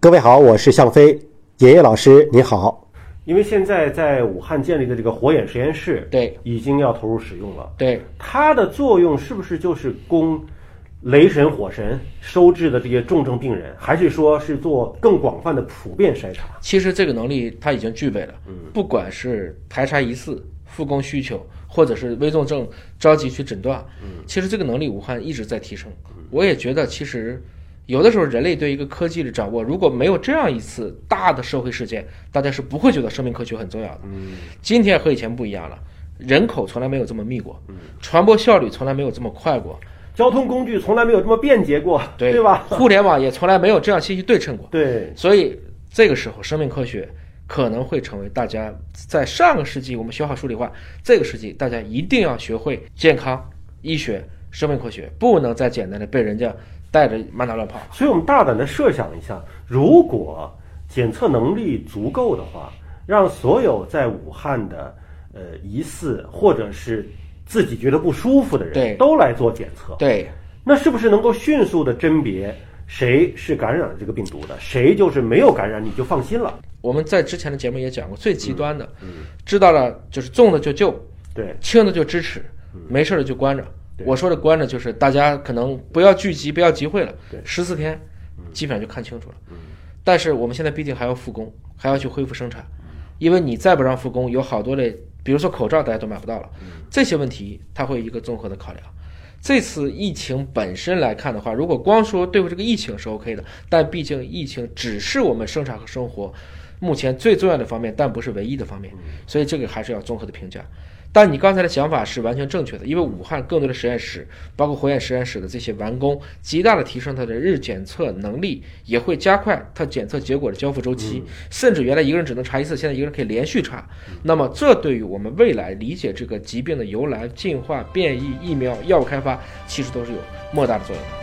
各位好，我是向飞，爷爷老师你好。因为现在在武汉建立的这个火眼实验室，对，已经要投入使用了。对，它的作用是不是就是供雷神、火神收治的这些重症病人，还是说是做更广泛的普遍筛查？其实这个能力它已经具备了，不管是排查疑似、复工需求，或者是危重症着急去诊断，其实这个能力武汉一直在提升。我也觉得，其实有的时候人类对一个科技的掌握，如果没有这样一次大的社会事件，大家是不会觉得生命科学很重要的。今天和以前不一样了，人口从来没有这么密过，传播效率从来没有这么快过，交通工具从来没有这么便捷过，对吧？ 互联网也从来没有这样信息对称过。对，所以这个时候，生命科学可能会成为大家在上个世纪我们学好数理化，这个世纪大家一定要学会健康、医学、生命科学，不能再简单的被人家带着满打乱跑。所以我们大胆的设想一下，如果检测能力足够的话，让所有在武汉的呃疑似或者是自己觉得不舒服的对人都来做检测，对，那是不是能够迅速的甄别谁是感染了这个病毒的，谁就是没有感染，你就放心了？我们在之前的节目也讲过，最极端的，知道了就是重的就救，对，轻的就支持，没事儿的就关着。我说的关着就是大家可能不要聚集，不要集会了，十四天基本上就看清楚了。但是我们现在毕竟还要复工，还要去恢复生产，因为你再不让复工，有好多类，比如说口罩大家都买不到了，这些问题它会有一个综合的考量。这次疫情本身来看的话，如果光说对付这个疫情是 OK 的，但毕竟疫情只是我们生产和生活目前最重要的方面，但不是唯一的方面，所以这个还是要综合的评价。但你刚才的想法是完全正确的，因为武汉更多的实验室，包括火眼实验室的这些完工，极大的提升它的日检测能力，也会加快它检测结果的交付周期，甚至原来一个人只能查一次，现在一个人可以连续查。那么这对于我们未来理解这个疾病的由来、进化、变异、疫苗、药物开发，其实都是有莫大的作用的。